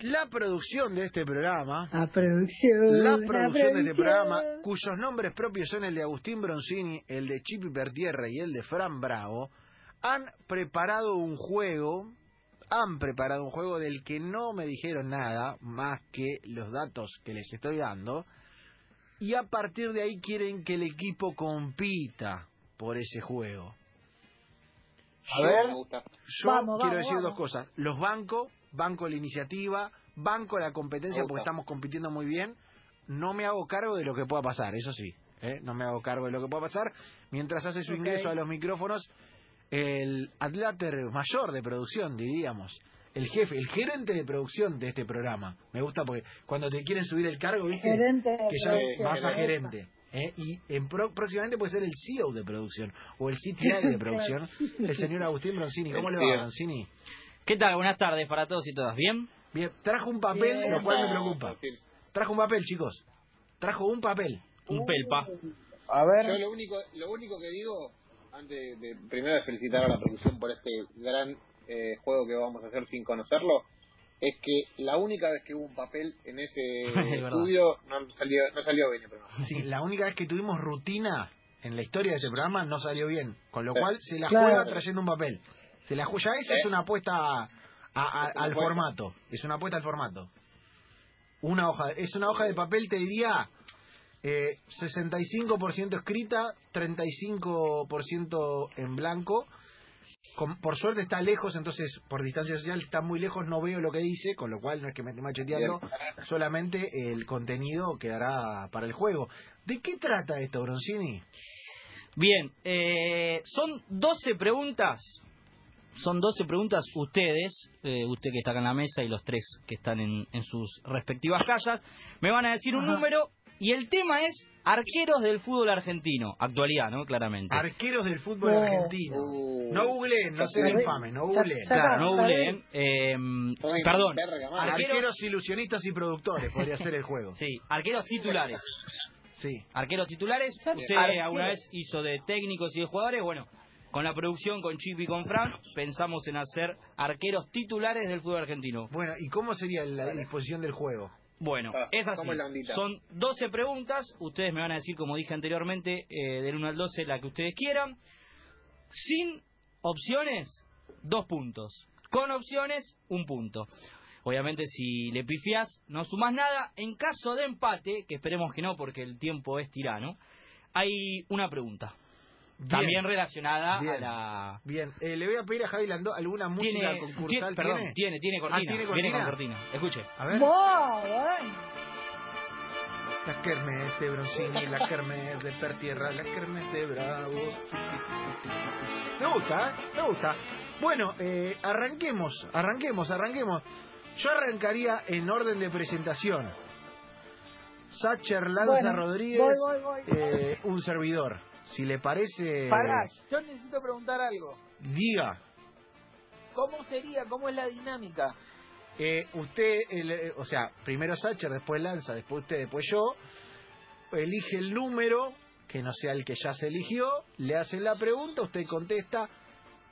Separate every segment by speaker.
Speaker 1: la producción de este programa,
Speaker 2: La producción.
Speaker 1: la producción de este
Speaker 2: producción.
Speaker 1: programa, cuyos nombres propios son el de Agustín Bronzini, el de Chipi Pertierra y el de Fran Bravo, han preparado un juego, han preparado un juego del que no me dijeron nada más que los datos que les estoy dando, y a partir de ahí quieren que el equipo compita por ese juego. A ver.
Speaker 3: Me gusta.
Speaker 1: Yo
Speaker 2: Vamos,
Speaker 1: quiero
Speaker 2: vamos,
Speaker 1: decir
Speaker 2: vamos.
Speaker 1: dos cosas. Los banco, banco la iniciativa, banco la competencia
Speaker 3: Me gusta.
Speaker 1: porque estamos compitiendo muy bien. No me hago cargo de lo que pueda pasar, eso sí. ¿eh? No me hago cargo de lo que pueda pasar. Mientras hace su
Speaker 2: Ok.
Speaker 1: ingreso a los micrófonos, el adláter mayor de producción, diríamos. El jefe, el gerente de producción de este programa. Me gusta porque cuando te quieren subir el cargo, ¿viste?
Speaker 2: Gerente de
Speaker 1: que ya
Speaker 2: producción.
Speaker 1: vas a
Speaker 3: Gerente.
Speaker 1: gerente. ¿eh? Y en pro- próximamente puede ser el CEO de producción o el CTI de producción, el señor Agustín Bronzini. ¿Cómo
Speaker 3: El
Speaker 1: le
Speaker 3: E
Speaker 1: va,
Speaker 3: CEO.
Speaker 1: Bronzini?
Speaker 4: ¿Qué tal? Buenas tardes para todos y todas. ¿Bien?
Speaker 1: Bien, trajo un papel,
Speaker 2: Bien.
Speaker 1: lo cual me preocupa. Trajo un papel, chicos. Trajo un papel.
Speaker 4: Un pelpa.
Speaker 1: A
Speaker 3: Yo lo único, lo único que digo, antes de primero de felicitar a la producción por este gran eh, juego que vamos a hacer sin conocerlo, es que la única vez que hubo un papel en ese
Speaker 4: Es verdad.
Speaker 3: estudio no salió, no salió bien el programa.
Speaker 1: Sí, la única vez que tuvimos rutina en la historia de este programa no salió bien. Con lo
Speaker 3: Sí.
Speaker 1: cual se la
Speaker 2: Claro.
Speaker 1: juega trayendo un papel. Se la juega. Ya eso
Speaker 3: Sí.
Speaker 1: es una apuesta a- a-
Speaker 3: Es una
Speaker 1: al
Speaker 3: apuesta.
Speaker 1: formato. Es una apuesta al formato. Una hoja. Es una hoja de papel, te diría. eh, 65% escrita, 35% en blanco. Con- por suerte está lejos, entonces por distancia social está muy lejos, no veo lo que dice, con lo cual no es que me esté macheteando, solamente el contenido quedará para el juego. ¿De qué trata esto, Broncini?
Speaker 4: Bien, eh, son 12 preguntas. Son 12 preguntas ustedes, eh, usted que está acá en la mesa y los tres que están en, en sus respectivas calles, me van a decir un
Speaker 2: Ajá.
Speaker 4: número y el tema es arqueros del fútbol argentino. Actualidad, ¿no? Claramente.
Speaker 1: Arqueros del fútbol
Speaker 2: Oh.
Speaker 1: argentino.
Speaker 3: Uh,
Speaker 1: No googleen, no
Speaker 3: ya
Speaker 1: sean
Speaker 3: sé.
Speaker 1: infames, no
Speaker 2: Ya-
Speaker 1: googleen.
Speaker 2: ya-
Speaker 4: Claro, no
Speaker 2: está
Speaker 4: googleen. Em,
Speaker 3: Ay,
Speaker 4: perdón.
Speaker 3: verga, madre.
Speaker 4: Arqueros-
Speaker 1: Arqueros, ilusionistas y productores podría ser el juego.
Speaker 4: Sí, arqueros titulares.
Speaker 1: Sí.
Speaker 4: Arqueros titulares.
Speaker 2: Ya-
Speaker 4: Usted
Speaker 2: Arqueros.
Speaker 4: alguna vez hizo de técnicos y de jugadores. Bueno, con la producción, con Chip y con Fran, pensamos en hacer arqueros titulares del fútbol argentino.
Speaker 1: Bueno, ¿y cómo sería la disposición del juego?
Speaker 4: Bueno,
Speaker 3: Ah,
Speaker 4: es así.
Speaker 3: ¿cómo es la ondita?
Speaker 4: Son 12 preguntas. Ustedes me van a decir, como dije anteriormente, eh, del 1 al 12, la que ustedes quieran. Sin opciones, dos puntos. Con opciones, un punto. Obviamente, si le pifias, no sumas nada. En caso de empate, que esperemos que no, porque el tiempo es tirano, hay una pregunta. También relacionada
Speaker 1: Bien.
Speaker 4: a la.
Speaker 1: Bien, Eh, le voy a pedir a Javi Landó alguna música
Speaker 4: Tiene,
Speaker 1: concursal.
Speaker 4: tiene- perdón,
Speaker 1: ¿tiene? Ah,
Speaker 4: tiene, tiene cortina.
Speaker 1: ¿tiene
Speaker 4: Viene con
Speaker 1: cortina?
Speaker 4: cortina. Escuche.
Speaker 1: A ver.
Speaker 2: Wow, bueno.
Speaker 1: Las Kermes de Broncini, las Kermes de Pertierra, las Kermes de Bravo. Me gusta, ¿eh? me gusta. Bueno, eh, arranquemos, arranquemos, arranquemos. Yo arrancaría en orden de presentación. Sacher Lanza
Speaker 2: Bueno,
Speaker 1: Rodríguez,
Speaker 2: voy, voy, voy.
Speaker 1: eh, un servidor. Si le parece,
Speaker 5: Pará, yo necesito preguntar algo.
Speaker 1: diga.
Speaker 5: ¿Cómo sería? ¿Cómo es la dinámica?
Speaker 1: Eh, usted, el, eh, o sea, primero Sacher, después Lanza, después usted, después yo. Elige el número, que no sea el que ya se eligió. Le hacen la pregunta, usted contesta.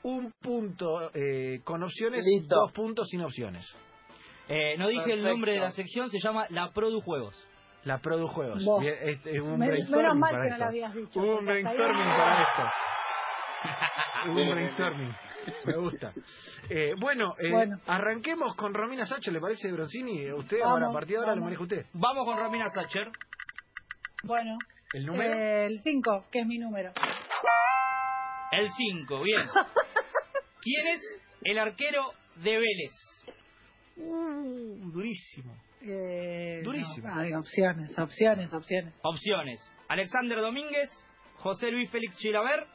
Speaker 1: Un punto eh, con opciones,
Speaker 5: Listo.
Speaker 1: dos puntos sin opciones.
Speaker 4: Eh, no dije el
Speaker 5: Perfecto.
Speaker 4: nombre de la sección, se llama La Produ Juegos.
Speaker 1: La Produ Juegos.
Speaker 2: Vos.
Speaker 1: Bien, este, es un
Speaker 2: Men-
Speaker 1: brainstorming
Speaker 2: menos mal
Speaker 1: para
Speaker 2: que no
Speaker 1: esto.
Speaker 2: la habías dicho.
Speaker 1: Hubo un
Speaker 2: porque hasta ahí-
Speaker 1: brainstorming para esto. Hubo un
Speaker 3: Bien,
Speaker 1: brainstorming. Me gusta. Eh, bueno, eh,
Speaker 2: Bueno.
Speaker 1: arranquemos con Romina Sacher, ¿le parece, Broncini? Eh, Usted,
Speaker 2: Vamos,
Speaker 1: ahora, a partir de ahora lo
Speaker 2: vamos.
Speaker 1: maneja usted.
Speaker 4: Vamos con Romina Sacher.
Speaker 2: Bueno,
Speaker 1: El número.
Speaker 2: eh, el 5, que es mi número.
Speaker 4: El 5, bien. ¿Quién es el arquero de Vélez?
Speaker 1: Uh, durísimo.
Speaker 2: Eh,
Speaker 1: Durísimo.
Speaker 2: no, hay opciones, opciones, opciones.
Speaker 4: Opciones. Alexander Domínguez, José Luis Félix Chilaver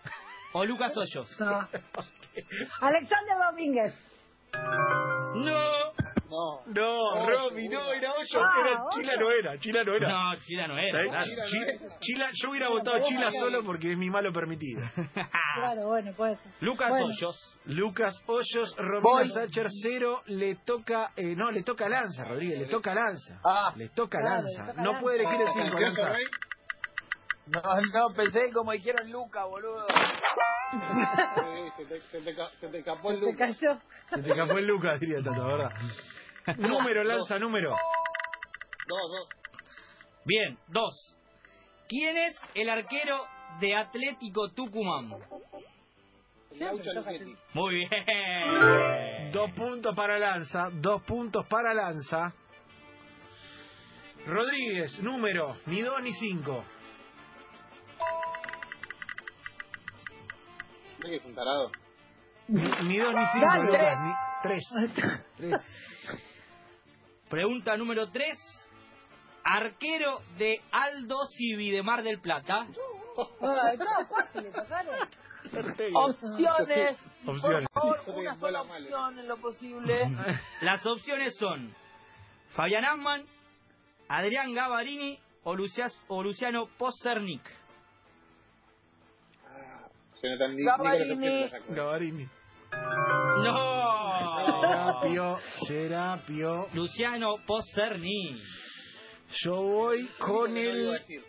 Speaker 4: o Lucas Hoyos.
Speaker 2: No. Alexander Domínguez.
Speaker 4: No.
Speaker 3: No.
Speaker 1: Ah, No,
Speaker 3: Oh,
Speaker 1: Romy,
Speaker 3: seguro.
Speaker 1: no, era hoyo.
Speaker 2: Ah,
Speaker 1: era,
Speaker 2: hoyo.
Speaker 1: Chila no era, Chila no era.
Speaker 4: No, Chila no era.
Speaker 1: ¿Sabés?
Speaker 4: claro.
Speaker 3: Chila no
Speaker 1: Chila-
Speaker 3: era.
Speaker 1: Chila- yo hubiera votado
Speaker 2: vos
Speaker 1: Chila
Speaker 2: ganás.
Speaker 1: solo porque es mi malo permitido. Ah.
Speaker 2: Claro, bueno, pues.
Speaker 4: Lucas
Speaker 2: Bueno.
Speaker 4: Hoyos.
Speaker 1: Lucas Hoyos,
Speaker 5: Voy.
Speaker 1: Romina Sacher, cero, le toca, eh, no, le toca a Lanza, Rodríguez, le toca a Lanza.
Speaker 5: Ah.
Speaker 1: le toca a
Speaker 2: Claro,
Speaker 1: Lanza.
Speaker 2: le toca a
Speaker 1: no
Speaker 2: Lanza.
Speaker 1: puede elegir el 5,
Speaker 3: ¿Canción,
Speaker 1: Lanza.
Speaker 3: Ferrey?
Speaker 5: No, no, pensé como dijeron Luca, boludo.
Speaker 3: Eh, se te- Se te ca- se te escapó el
Speaker 2: Se
Speaker 3: Lucas.
Speaker 2: cayó.
Speaker 1: Se te escapó el Lucas, diría Tato, ¿verdad? número, lanza número.
Speaker 3: Dos, dos.
Speaker 4: Bien, dos. ¿Quién es el arquero de Atlético Tucumán?
Speaker 3: El
Speaker 2: Siempre
Speaker 3: gaucho
Speaker 2: toca
Speaker 3: Luchetti.
Speaker 4: Muy bien.
Speaker 1: Dos puntos para Lanza, dos puntos para Lanza. Rodríguez, número, ni dos ni cinco.
Speaker 3: ¿No es que es un tarado?
Speaker 1: Ni dos
Speaker 5: Ah.
Speaker 1: ni cinco,
Speaker 2: Dale.
Speaker 1: Lucas, ni- tres. Tres.
Speaker 4: Pregunta número tres. Arquero de Aldo Civi de Mar del Plata.
Speaker 2: Ay, no, fácil, le tocaron.
Speaker 5: Opciones.
Speaker 1: Opciones.
Speaker 5: Por favor,
Speaker 3: Yo
Speaker 5: una
Speaker 3: tengo
Speaker 5: sola
Speaker 3: bola mal. eh.
Speaker 5: opción en lo posible.
Speaker 4: Las opciones son Fabián Asman, Adrián Gavarini o, Lucias- o Luciano Posernik.
Speaker 3: Suena tan di-
Speaker 5: Gavarini.
Speaker 3: Nicolás Opción lo sacó.
Speaker 1: Gabarini.
Speaker 4: ¡No!
Speaker 1: Serapio, Serapio.
Speaker 4: Luciano Posernik.
Speaker 1: Yo voy con
Speaker 3: Lo que no iba a
Speaker 1: el
Speaker 3: decir.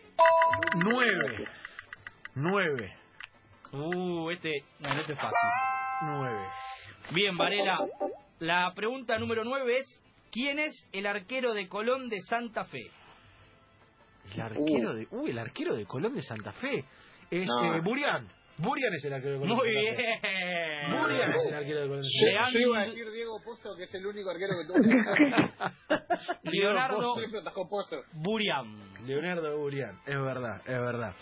Speaker 1: nueve. Nueve.
Speaker 4: Uh, este, bueno, este es fácil.
Speaker 1: Nueve.
Speaker 4: Bien, Varela. La pregunta número 9 es: ¿Quién es el arquero de Colón de Santa Fe?
Speaker 1: El arquero de. Uh, el arquero de Colón de Santa Fe. Es
Speaker 3: No.
Speaker 1: eh, Burián. Burián es el arquero de Colón.
Speaker 4: Muy
Speaker 1: de Santa Fe.
Speaker 4: bien.
Speaker 1: Burian es el arquero de Colón de
Speaker 3: Yo,
Speaker 1: Santa
Speaker 4: Leandro-
Speaker 3: yo iba a decir Diego Pozo, que es el único arquero que tuvo.
Speaker 1: Fe.
Speaker 4: Leonardo
Speaker 3: Siempre atajó Pozo.
Speaker 4: Burian.
Speaker 1: Leonardo Burián. Es verdad, es verdad.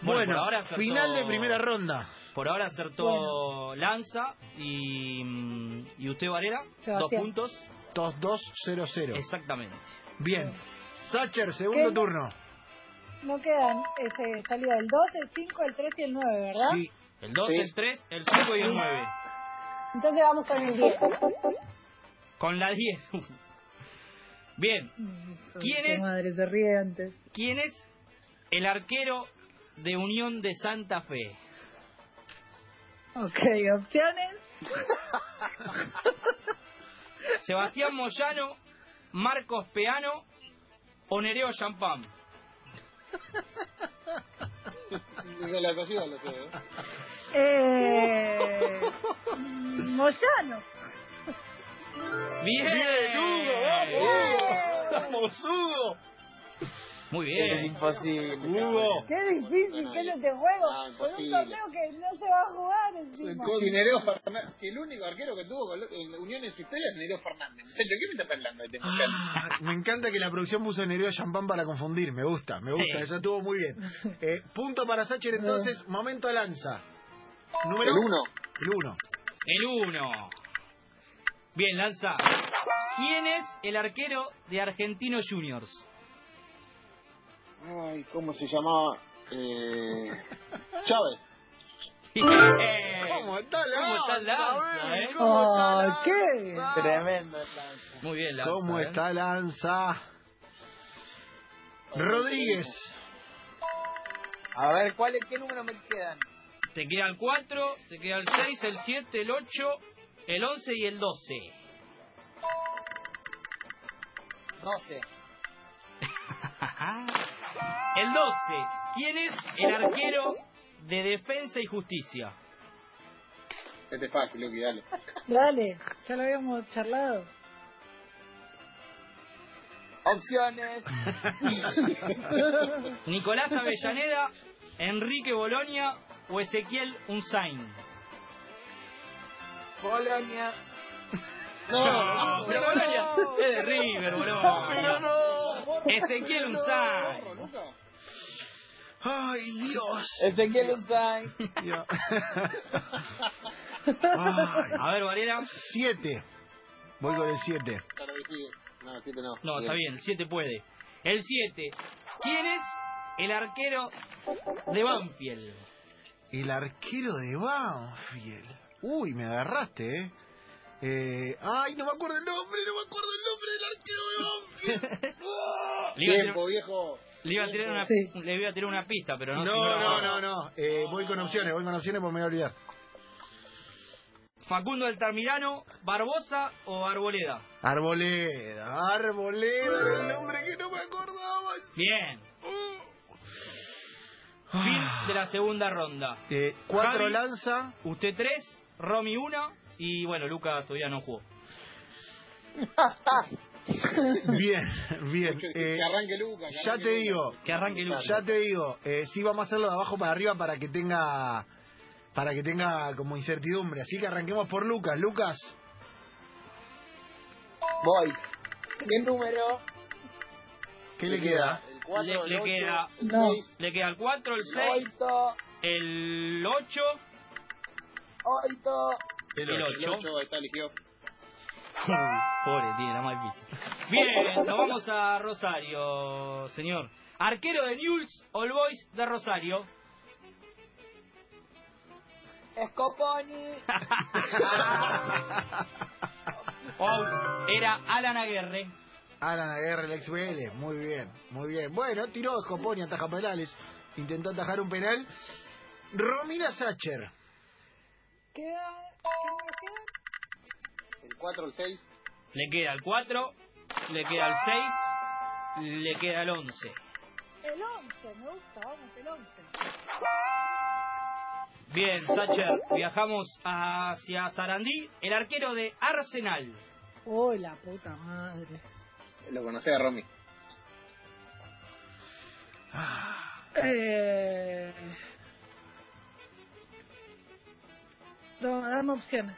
Speaker 4: Bueno,
Speaker 1: Bueno,
Speaker 4: por ahora acertó-
Speaker 1: final de primera ronda.
Speaker 4: Por ahora acertó Lanza y, mm, y usted, Varela. Dos
Speaker 2: Sebastián.
Speaker 4: puntos.
Speaker 1: 2-2-0-0.
Speaker 4: Exactamente.
Speaker 1: Bien. Sacher, segundo
Speaker 2: ¿Qué?
Speaker 1: turno.
Speaker 2: No quedan, ese, salió el 2, el 5, el 3 y el 9, ¿verdad?
Speaker 1: Sí.
Speaker 4: El 2,
Speaker 3: Sí.
Speaker 4: el 3, el 5 y el 9.
Speaker 2: Entonces vamos con el 10.
Speaker 4: Con la 10. Bien. ¿Quién es?
Speaker 2: Madre, se ríe antes.
Speaker 4: ¿Quién es el arquero de Unión de Santa Fe?
Speaker 2: Ok, opciones.
Speaker 4: Sebastián Moyano, Marcos Peano o Nereo Champán.
Speaker 3: Nicolás ayuda, lo sé. ¿eh?
Speaker 2: Eh, Moyano.
Speaker 4: ¡Bien!
Speaker 1: ¡Vamos, Hugo!
Speaker 4: Muy bien.
Speaker 5: imposible.
Speaker 1: Hugo.
Speaker 2: Qué difícil que no te juego
Speaker 3: Ah,
Speaker 2: con un
Speaker 3: imposible.
Speaker 2: torneo que no se va a jugar encima.
Speaker 3: Si Nereo Fernández, si el único arquero que tuvo Colo- en Unión en su historia es Nereo Fernández. Muchacho, ¿qué me estás hablando de este muchacho?
Speaker 1: Ah, Me encanta que la producción puso Nereo Champán para confundir. Me gusta, me gusta.
Speaker 4: Sí.
Speaker 1: Eso estuvo muy bien. Eh, punto para Sacher, entonces. Momento a lanza. Número
Speaker 3: El uno.
Speaker 1: El uno.
Speaker 4: El 1. Bien, Lanza. ¿Quién es el arquero de Argentinos Juniors?
Speaker 3: Ay, ¿cómo se llamaba? Eh... Chávez.
Speaker 4: Bien. Eh,
Speaker 1: ¿Cómo está Lanza?
Speaker 4: ¿Cómo está Lanza, eh?
Speaker 2: Ay, qué.
Speaker 5: Tremendo. Lanza.
Speaker 4: Muy bien, Lanza.
Speaker 1: ¿Cómo
Speaker 4: eh.
Speaker 1: está Lanza? Rodríguez.
Speaker 5: A ver, ¿cuál es, ¿qué número me quedan?
Speaker 4: Te queda el 4, te queda el 6, el 7, el 8, el 11 y el 12.
Speaker 5: 12.
Speaker 4: El 12. ¿Quién es el arquero de Defensa y Justicia?
Speaker 3: Este es fácil, Luqui, dale.
Speaker 2: Dale, ya lo habíamos charlado.
Speaker 5: Opciones.
Speaker 4: Nicolás Avellaneda, Enrique Bolonia o Ezequiel Unzain.
Speaker 5: Bolonia.
Speaker 3: No,
Speaker 4: pero Bolonia es de River, Bolonia. Ezequiel Unzain.
Speaker 3: no, nunca.
Speaker 1: ¡Ay, Dios!
Speaker 5: Ezequiel Unzain.
Speaker 1: Dios. Ay,
Speaker 4: A ver, Varela.
Speaker 1: siete. Voy con el siete.
Speaker 3: Ya lo dije. No, siete no.
Speaker 4: No, está bien, el 7 puede. El 7. ¿Quién es el arquero de Banfield?
Speaker 1: El arquero de Banfield. Uy, me agarraste, ¿eh? Eh, ay, no me acuerdo el nombre, no me acuerdo el nombre del arquero de Banfield. ¡Oh!
Speaker 4: Le iba a
Speaker 3: Tiempo,
Speaker 4: tirar-
Speaker 3: viejo.
Speaker 4: le iba a tirar una,
Speaker 2: Sí.
Speaker 4: le iba a tirar una pista, pero no.
Speaker 1: No,
Speaker 4: la
Speaker 1: no, no,
Speaker 4: puedo.
Speaker 1: no. Eh, voy con opciones, voy con opciones porque me voy a olvidar.
Speaker 4: Facundo Altamirano, Barbosa o Arboleda.
Speaker 1: Arboleda, Arboleda era el nombre que no me acordaba.
Speaker 4: Bien. Fin de la segunda ronda.
Speaker 1: Eh, cuatro
Speaker 4: Javi.
Speaker 1: lanza.
Speaker 4: Usted tres, Romy una y bueno, Luca todavía no jugó.
Speaker 1: Bien, bien.
Speaker 3: Que,
Speaker 1: eh,
Speaker 3: que arranque Luca. que
Speaker 1: ya
Speaker 3: arranque
Speaker 1: te
Speaker 3: Luca.
Speaker 1: digo,
Speaker 4: Que arranque Luca.
Speaker 1: ya te digo, eh, sí vamos a hacerlo de abajo para arriba para que tenga para que tenga como incertidumbre. Así que arranquemos por Lucas. Lucas,
Speaker 5: Voy. ¿Qué número?
Speaker 1: ¿qué le queda?
Speaker 3: El 4,
Speaker 4: Le- le queda-
Speaker 3: el
Speaker 2: No.
Speaker 3: 6.
Speaker 4: Le queda el 4, el 6,
Speaker 5: Oito,
Speaker 4: el 8,
Speaker 5: oito.
Speaker 4: el 8.
Speaker 3: El 8 está elegido.
Speaker 4: Pobre, tiene la más difícil. Bien, nos vamos a Rosario, señor. Arquero de Newell's All Boys de Rosario.
Speaker 5: Scoponi.
Speaker 4: Out. Era Alan Aguerre.
Speaker 1: Alan Aguirre, el ex BL. Muy bien, muy bien. Bueno, tiró Scoponi, ataja penales. Intentó atajar un penal. Romina Sacher.
Speaker 2: Queda, ¿qué me queda?
Speaker 3: El 4, el 6.
Speaker 4: Le queda el 4, le queda el 6, le queda el 11.
Speaker 2: El 11, me gusta, vamos, el 11.
Speaker 4: Bien, Sacher, viajamos hacia Sarandí, el arquero de Arsenal.
Speaker 2: Oh, la puta madre.
Speaker 3: Lo conocía Romy.
Speaker 2: Eh... No, dame opciones.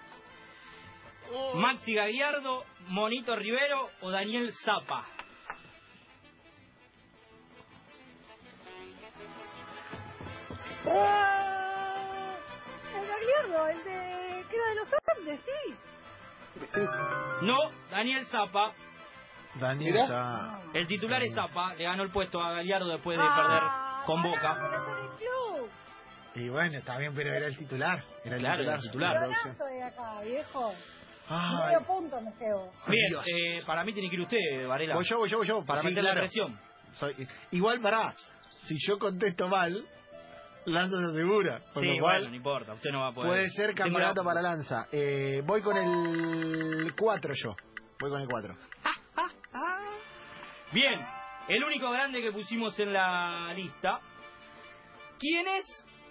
Speaker 4: Maxi Gagliardo, Monito Rivero o Daniel Zapa.
Speaker 2: ¡Ah! El Gagliardo, el de... que era de los Andes, sí.
Speaker 4: No, Daniel Zapa.
Speaker 1: Daniel
Speaker 3: Mirá.
Speaker 1: Sa-
Speaker 4: El titular es Zapa, le ganó el puesto a Gagliardo después de perder
Speaker 2: Ah,
Speaker 4: con Boca.
Speaker 2: golazo de Tony Cruz.
Speaker 1: Y bueno, está bien, pero era el titular. Era el
Speaker 4: Claro,
Speaker 1: titular.
Speaker 4: era el titular.
Speaker 1: la opción.
Speaker 2: Golazo de acá, viejo.
Speaker 1: Ay,
Speaker 2: Medio punto me llevo.
Speaker 4: Bien,
Speaker 1: Dios.
Speaker 4: eh, para mí tiene que ir usted, Varela.
Speaker 1: voy yo, voy yo, voy yo.
Speaker 4: para
Speaker 1: Sí,
Speaker 4: meter la
Speaker 1: claro.
Speaker 4: presión.
Speaker 1: Soy- Igual, pará. Si yo contesto mal, Lanza se asegura. Con Pues
Speaker 4: Sí,
Speaker 1: lo cual,
Speaker 4: bueno, no importa, usted no va a poder.
Speaker 1: puede ser
Speaker 4: Tengo
Speaker 1: campeonato
Speaker 4: la-
Speaker 1: para Lanza. Eh, voy con el 4 yo. Voy con el 4.
Speaker 4: Bien, el único grande que pusimos en la lista. ¿Quién es,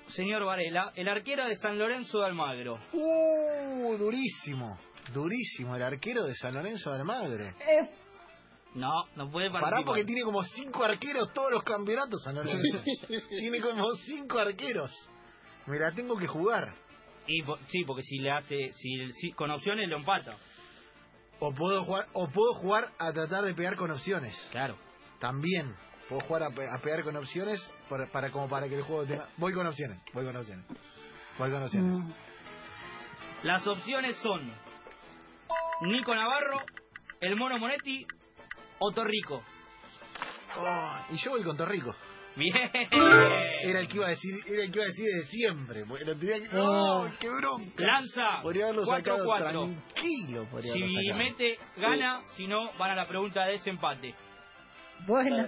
Speaker 4: señor Varela, el arquero de San Lorenzo de Almagro?
Speaker 1: Uh, durísimo. Durísimo el arquero de San Lorenzo de Almagre.
Speaker 2: Es
Speaker 4: No, no puede
Speaker 1: Pará
Speaker 4: participar.
Speaker 1: porque tiene como cinco arqueros todos los campeonatos San Lorenzo. tiene como cinco arqueros. Me la tengo que jugar.
Speaker 4: Y po- sí, porque si le hace, si, si- con opciones lo empata.
Speaker 1: O puedo jugar, o puedo jugar a tratar de pegar con opciones.
Speaker 4: Claro.
Speaker 1: También puedo jugar a, pe- a pegar con opciones para, para como para que el juego tenga. Voy con opciones, voy con opciones. Voy con opciones.
Speaker 2: Mm.
Speaker 4: Las opciones son Nico Navarro, el Mono Monetti o Torrico.
Speaker 1: Oh, y yo voy con Torrico.
Speaker 4: Bien.
Speaker 1: Era el que iba a decir, era el que iba a decir de siempre. Lo tenía que- ¡Oh, qué bronca!
Speaker 4: Lanza
Speaker 1: Podría haberlo sacado
Speaker 4: 4-4.
Speaker 1: tranquilo. podría
Speaker 4: Si
Speaker 1: haberlo sacado.
Speaker 4: mete, gana. Si no, van a la pregunta de desempate.
Speaker 2: buena.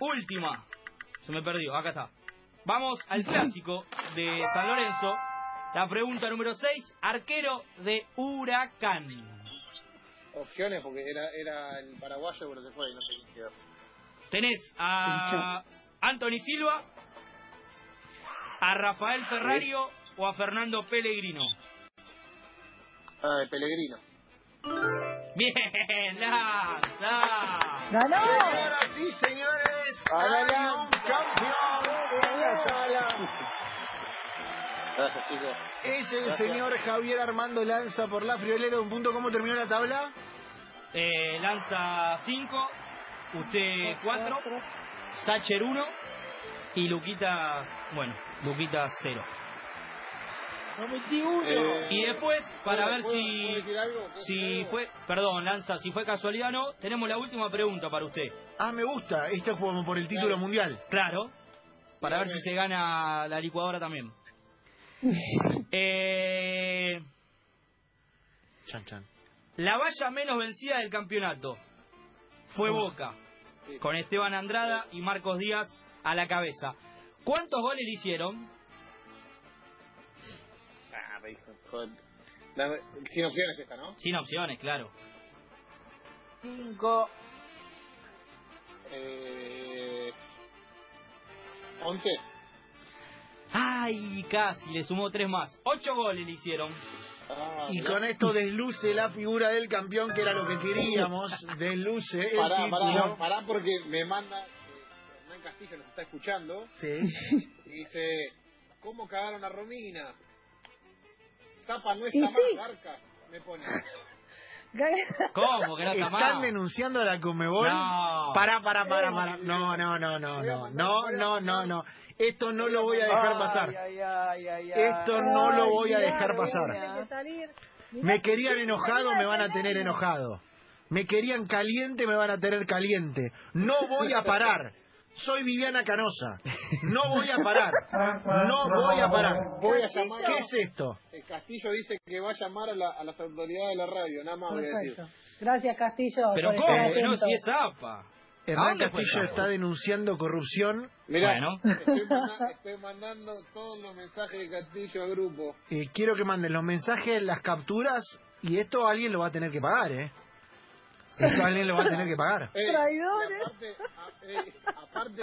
Speaker 4: Última. Se me perdió, acá está. Vamos al clásico de San Lorenzo. La pregunta número 6. Arquero de Huracán.
Speaker 3: Opciones porque era, era el paraguayo, pero se fue y no sé quién quedó.
Speaker 4: Tenés a Anthony Silva, a Rafael Ferrario o a Fernando Pellegrino.
Speaker 3: Ah, de Pellegrino.
Speaker 4: Bien, lanza.
Speaker 2: ¡Ganó!
Speaker 1: Señoras y señores,
Speaker 3: Adelante.
Speaker 1: hay un campeón en la sala.
Speaker 3: Gracias, chicos.
Speaker 1: Es el
Speaker 3: Gracias.
Speaker 1: señor Javier Armando Lanza por la Friolera. Un punto, ¿cómo terminó la tabla?
Speaker 4: Eh, lanza 5, usted 4, Sacher 1 y Luquitas, bueno, Luquitas 0.
Speaker 3: Eh,
Speaker 4: Y después, para
Speaker 3: ¿puedo-
Speaker 4: ver
Speaker 3: puedo-
Speaker 4: si...
Speaker 3: puedo decir algo? ¿Puedo decir
Speaker 4: Si
Speaker 3: algo?
Speaker 4: fue, perdón, Lanza, si fue casualidad o no, tenemos la última pregunta para usted.
Speaker 1: Ah, me gusta. Esto es como por el título
Speaker 3: Claro.
Speaker 1: mundial.
Speaker 4: Claro. Para ver si
Speaker 3: Bien.
Speaker 4: se gana la licuadora también. Eh,
Speaker 1: Chan, chan.
Speaker 4: la valla menos vencida del campeonato fue Boca,
Speaker 3: Sí.
Speaker 4: con Esteban Andrada y Marcos Díaz a la cabeza. ¿Cuántos goles le hicieron?
Speaker 3: Ah, me dijo, joder. Dame- Sin opciones esta, ¿no?
Speaker 4: Sin opciones, claro.
Speaker 5: Cinco.
Speaker 3: Eh, 11.
Speaker 4: Ay, casi, le sumó tres más. Ocho goles le hicieron.
Speaker 3: Ah,
Speaker 1: Y
Speaker 3: mirá.
Speaker 1: con esto desluce la figura del campeón, que era lo que queríamos. Desluce el
Speaker 3: Pará, pará,
Speaker 1: título.
Speaker 3: pará porque me manda, eh, Hernán Castillo nos está escuchando,
Speaker 1: Sí.
Speaker 3: y dice, ¿cómo cagaron a Romina? Zapa no
Speaker 2: Y
Speaker 3: está mal,
Speaker 2: sí.
Speaker 3: Garca, me pone.
Speaker 4: Eh.
Speaker 2: Gaga-
Speaker 4: ¿Cómo? Que no está
Speaker 1: Están
Speaker 4: mal.
Speaker 1: denunciando a la Comebol.
Speaker 4: No.
Speaker 1: Pará, pará, pará, pará. No, no, no, no, no, no, no, no, no. Esto no lo voy a dejar pasar.
Speaker 5: Ay, ay, ay, ay, ay.
Speaker 1: Esto no lo voy a
Speaker 2: Ay,
Speaker 1: dejar
Speaker 2: mirá,
Speaker 1: pasar.
Speaker 2: tenés que salir. Mirá
Speaker 1: Me
Speaker 2: que
Speaker 1: querían
Speaker 2: sí,
Speaker 1: enojado,
Speaker 2: salí
Speaker 1: me van a
Speaker 2: del
Speaker 1: tener
Speaker 2: año.
Speaker 1: enojado. Me querían caliente, me van a tener caliente. No voy a parar. Soy Viviana Canosa. No voy a parar. No voy a parar.
Speaker 3: Voy a llamar
Speaker 1: ¿Qué es esto?
Speaker 3: Eh, Castillo dice que va a llamar a, la- a las autoridades de la radio, nada más voy a decir.
Speaker 2: Perfecto. Gracias, Castillo.
Speaker 4: Pero
Speaker 2: por
Speaker 4: ¿cómo?
Speaker 2: estar
Speaker 4: Que no,
Speaker 2: atento.
Speaker 4: si es APA.
Speaker 1: Hernán
Speaker 4: dónde fue
Speaker 1: Castillo
Speaker 4: esto?
Speaker 1: está denunciando corrupción.
Speaker 3: Mirá,
Speaker 4: Bueno.
Speaker 3: estoy, manda- estoy mandando todos los mensajes de Castillo al grupo.
Speaker 1: Eh, quiero que manden los mensajes, las capturas, y esto alguien lo va a tener que pagar, ¿eh? Esto alguien lo va a tener que pagar.
Speaker 3: Ey,
Speaker 2: Traidores.
Speaker 3: y Aparte, a- ey, aparte,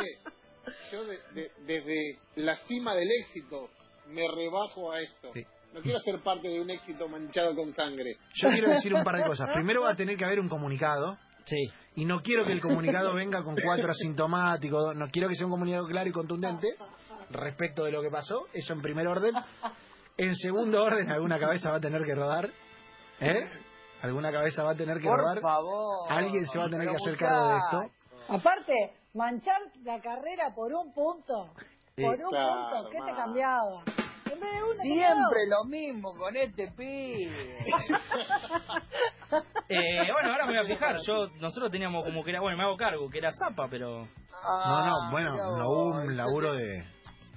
Speaker 3: yo de- de- desde la cima del éxito me rebajo a esto.
Speaker 1: Sí.
Speaker 3: No quiero ser parte de un éxito manchado con sangre.
Speaker 1: Yo quiero decir un par de cosas. Primero va a tener que haber un comunicado,
Speaker 4: Sí.
Speaker 1: y no quiero que el comunicado venga con cuatro asintomáticos, no quiero que sea un comunicado claro y contundente respecto de lo que pasó, eso en primer orden. En segundo orden, alguna cabeza va a tener que rodar, ¿eh? Alguna cabeza va a tener que
Speaker 5: Por
Speaker 1: rodar.
Speaker 5: favor.
Speaker 1: Alguien se va a tener
Speaker 5: Pero
Speaker 1: que hacer cargo de esto.
Speaker 5: muchacho.
Speaker 2: Aparte, manchar la carrera por un punto.
Speaker 1: Sí,
Speaker 2: por un
Speaker 3: claro,
Speaker 2: punto. ¿Qué te
Speaker 3: ma.
Speaker 2: cambiaba? En vez de uno, te
Speaker 5: Siempre lo mismo con este pibe.
Speaker 4: Eh, bueno, ahora me voy a fijar. Yo, nosotros teníamos como que era, bueno, me hago cargo, que era Zapa, pero...
Speaker 1: No,
Speaker 5: Ah,
Speaker 1: no, bueno,
Speaker 5: mira
Speaker 1: no hubo
Speaker 5: vos,
Speaker 1: un laburo de...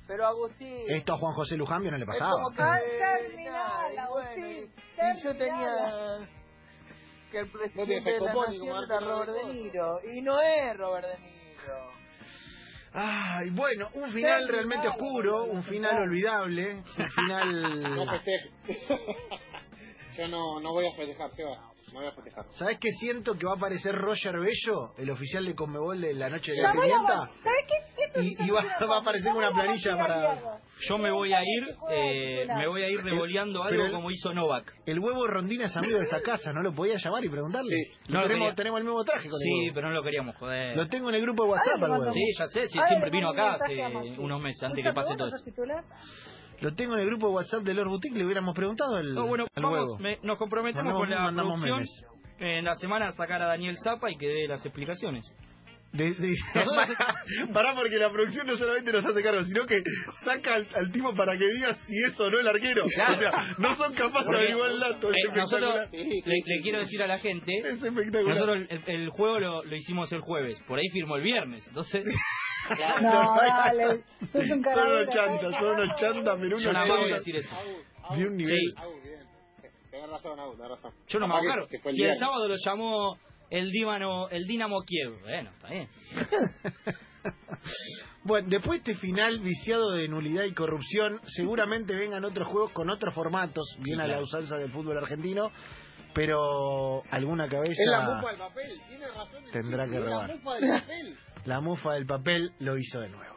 Speaker 5: Pero Agustín.
Speaker 1: Esto a Juan José Lujambio no le
Speaker 5: es
Speaker 1: pasaba.
Speaker 5: como que.
Speaker 2: Ah, terminala,
Speaker 5: nada, y bueno, y-
Speaker 2: Agustín,
Speaker 5: y yo
Speaker 2: terminala.
Speaker 5: tenía. Que el
Speaker 3: No te
Speaker 5: presidente de la
Speaker 3: descompone,
Speaker 5: nación
Speaker 3: Martín,
Speaker 5: era Robert De Niro. Y no es Robert De Niro.
Speaker 1: Ay, bueno, un final realmente oscuro, un final olvidable, un
Speaker 3: No
Speaker 1: final...
Speaker 3: festeje. yo no, no voy a festejar, Seba. No voy a festejar.
Speaker 1: ¿Sabes qué siento que va a aparecer Roger Bello, el oficial de Conmebol de la noche de la
Speaker 2: Llamalo a
Speaker 1: pimienta?
Speaker 2: Val- ¿Sabés qué? Esto
Speaker 1: Y-
Speaker 2: es una
Speaker 1: y va-
Speaker 2: locura,
Speaker 1: va a aparecer
Speaker 2: Llamalo
Speaker 1: una
Speaker 2: a Val-
Speaker 1: planilla para-
Speaker 2: Gallego.
Speaker 4: Yo me voy a ir,
Speaker 2: Juega
Speaker 4: eh,
Speaker 2: titular.
Speaker 4: me voy a ir revoleando
Speaker 1: Pero
Speaker 4: algo
Speaker 1: el-
Speaker 4: como hizo Novak.
Speaker 1: El huevo Rondina es amigo de esta casa, ¿no lo podía llamar y preguntarle?
Speaker 3: Sí,
Speaker 1: Lo
Speaker 4: no lo
Speaker 1: tenemos,
Speaker 4: quería.
Speaker 1: tenemos el mismo traje con el
Speaker 4: Sí,
Speaker 1: huevo.
Speaker 4: pero no lo queríamos joder.
Speaker 1: Lo tengo en el grupo de WhatsApp al
Speaker 2: Ahora lo
Speaker 1: huevo.
Speaker 4: Sí, ya sé, sí,
Speaker 2: Ahora
Speaker 4: siempre
Speaker 2: le
Speaker 4: vino
Speaker 2: mando un
Speaker 4: acá
Speaker 2: mensaje
Speaker 4: hace
Speaker 2: a Maxi.
Speaker 4: unos meses, antes
Speaker 2: Justo
Speaker 4: que pase
Speaker 2: ahora
Speaker 4: todo
Speaker 2: sos
Speaker 4: esto.
Speaker 2: titular.
Speaker 1: Lo tengo en el grupo de WhatsApp de Lord Boutique, le hubiéramos preguntado al,
Speaker 4: No, bueno,
Speaker 1: al huevo.
Speaker 4: vamos, me- nos comprometemos
Speaker 1: Mandamos-
Speaker 4: con la
Speaker 1: mandamos
Speaker 4: producción
Speaker 1: memes.
Speaker 4: en la semana a sacar a Daniel Zapa y que dé las explicaciones.
Speaker 1: De- de- pará, porque la producción no solamente nos hace cargo, sino que saca al, al tipo para que diga si es o no el arquero. O sea, no son capaces de
Speaker 4: Porque,
Speaker 1: averiguar el dato. Es
Speaker 4: eh,
Speaker 1: espectacular.
Speaker 4: nosotros le, le quiero decir a la gente,
Speaker 1: Es espectacular.
Speaker 4: nosotros el, el juego lo, lo hicimos el jueves, por ahí firmó el viernes, entonces
Speaker 2: No,
Speaker 1: No,
Speaker 2: dale. Sos un eh.
Speaker 1: Son
Speaker 2: caradura,
Speaker 1: unos chantas, son unos chantas, pero
Speaker 4: yo
Speaker 1: unos
Speaker 4: nada más voy a
Speaker 1: chantas.
Speaker 4: decir eso.
Speaker 3: Au, au,
Speaker 1: De un nivel.
Speaker 4: Sí.
Speaker 3: au, bien. Eh, Tenés razón, Au, tenés razón.
Speaker 4: Yo no me
Speaker 3: Capaz que-
Speaker 4: acuerdo.
Speaker 3: que fue el
Speaker 4: Si el
Speaker 3: diario.
Speaker 4: sábado lo llamó el Dímano, el Dinamo Kiev, bueno, está bien.
Speaker 1: Bueno, después de este final viciado de nulidad y corrupción, seguramente vengan otros juegos con otros formatos, bien a la
Speaker 4: claro.
Speaker 1: usanza del fútbol argentino, pero alguna cabeza,
Speaker 3: Es la mufa del papel, tiene razón. el
Speaker 1: Tendrá
Speaker 3: chico,
Speaker 1: que
Speaker 3: es
Speaker 1: robar.
Speaker 3: la mufa del papel.
Speaker 1: la mufa del papel lo hizo de nuevo.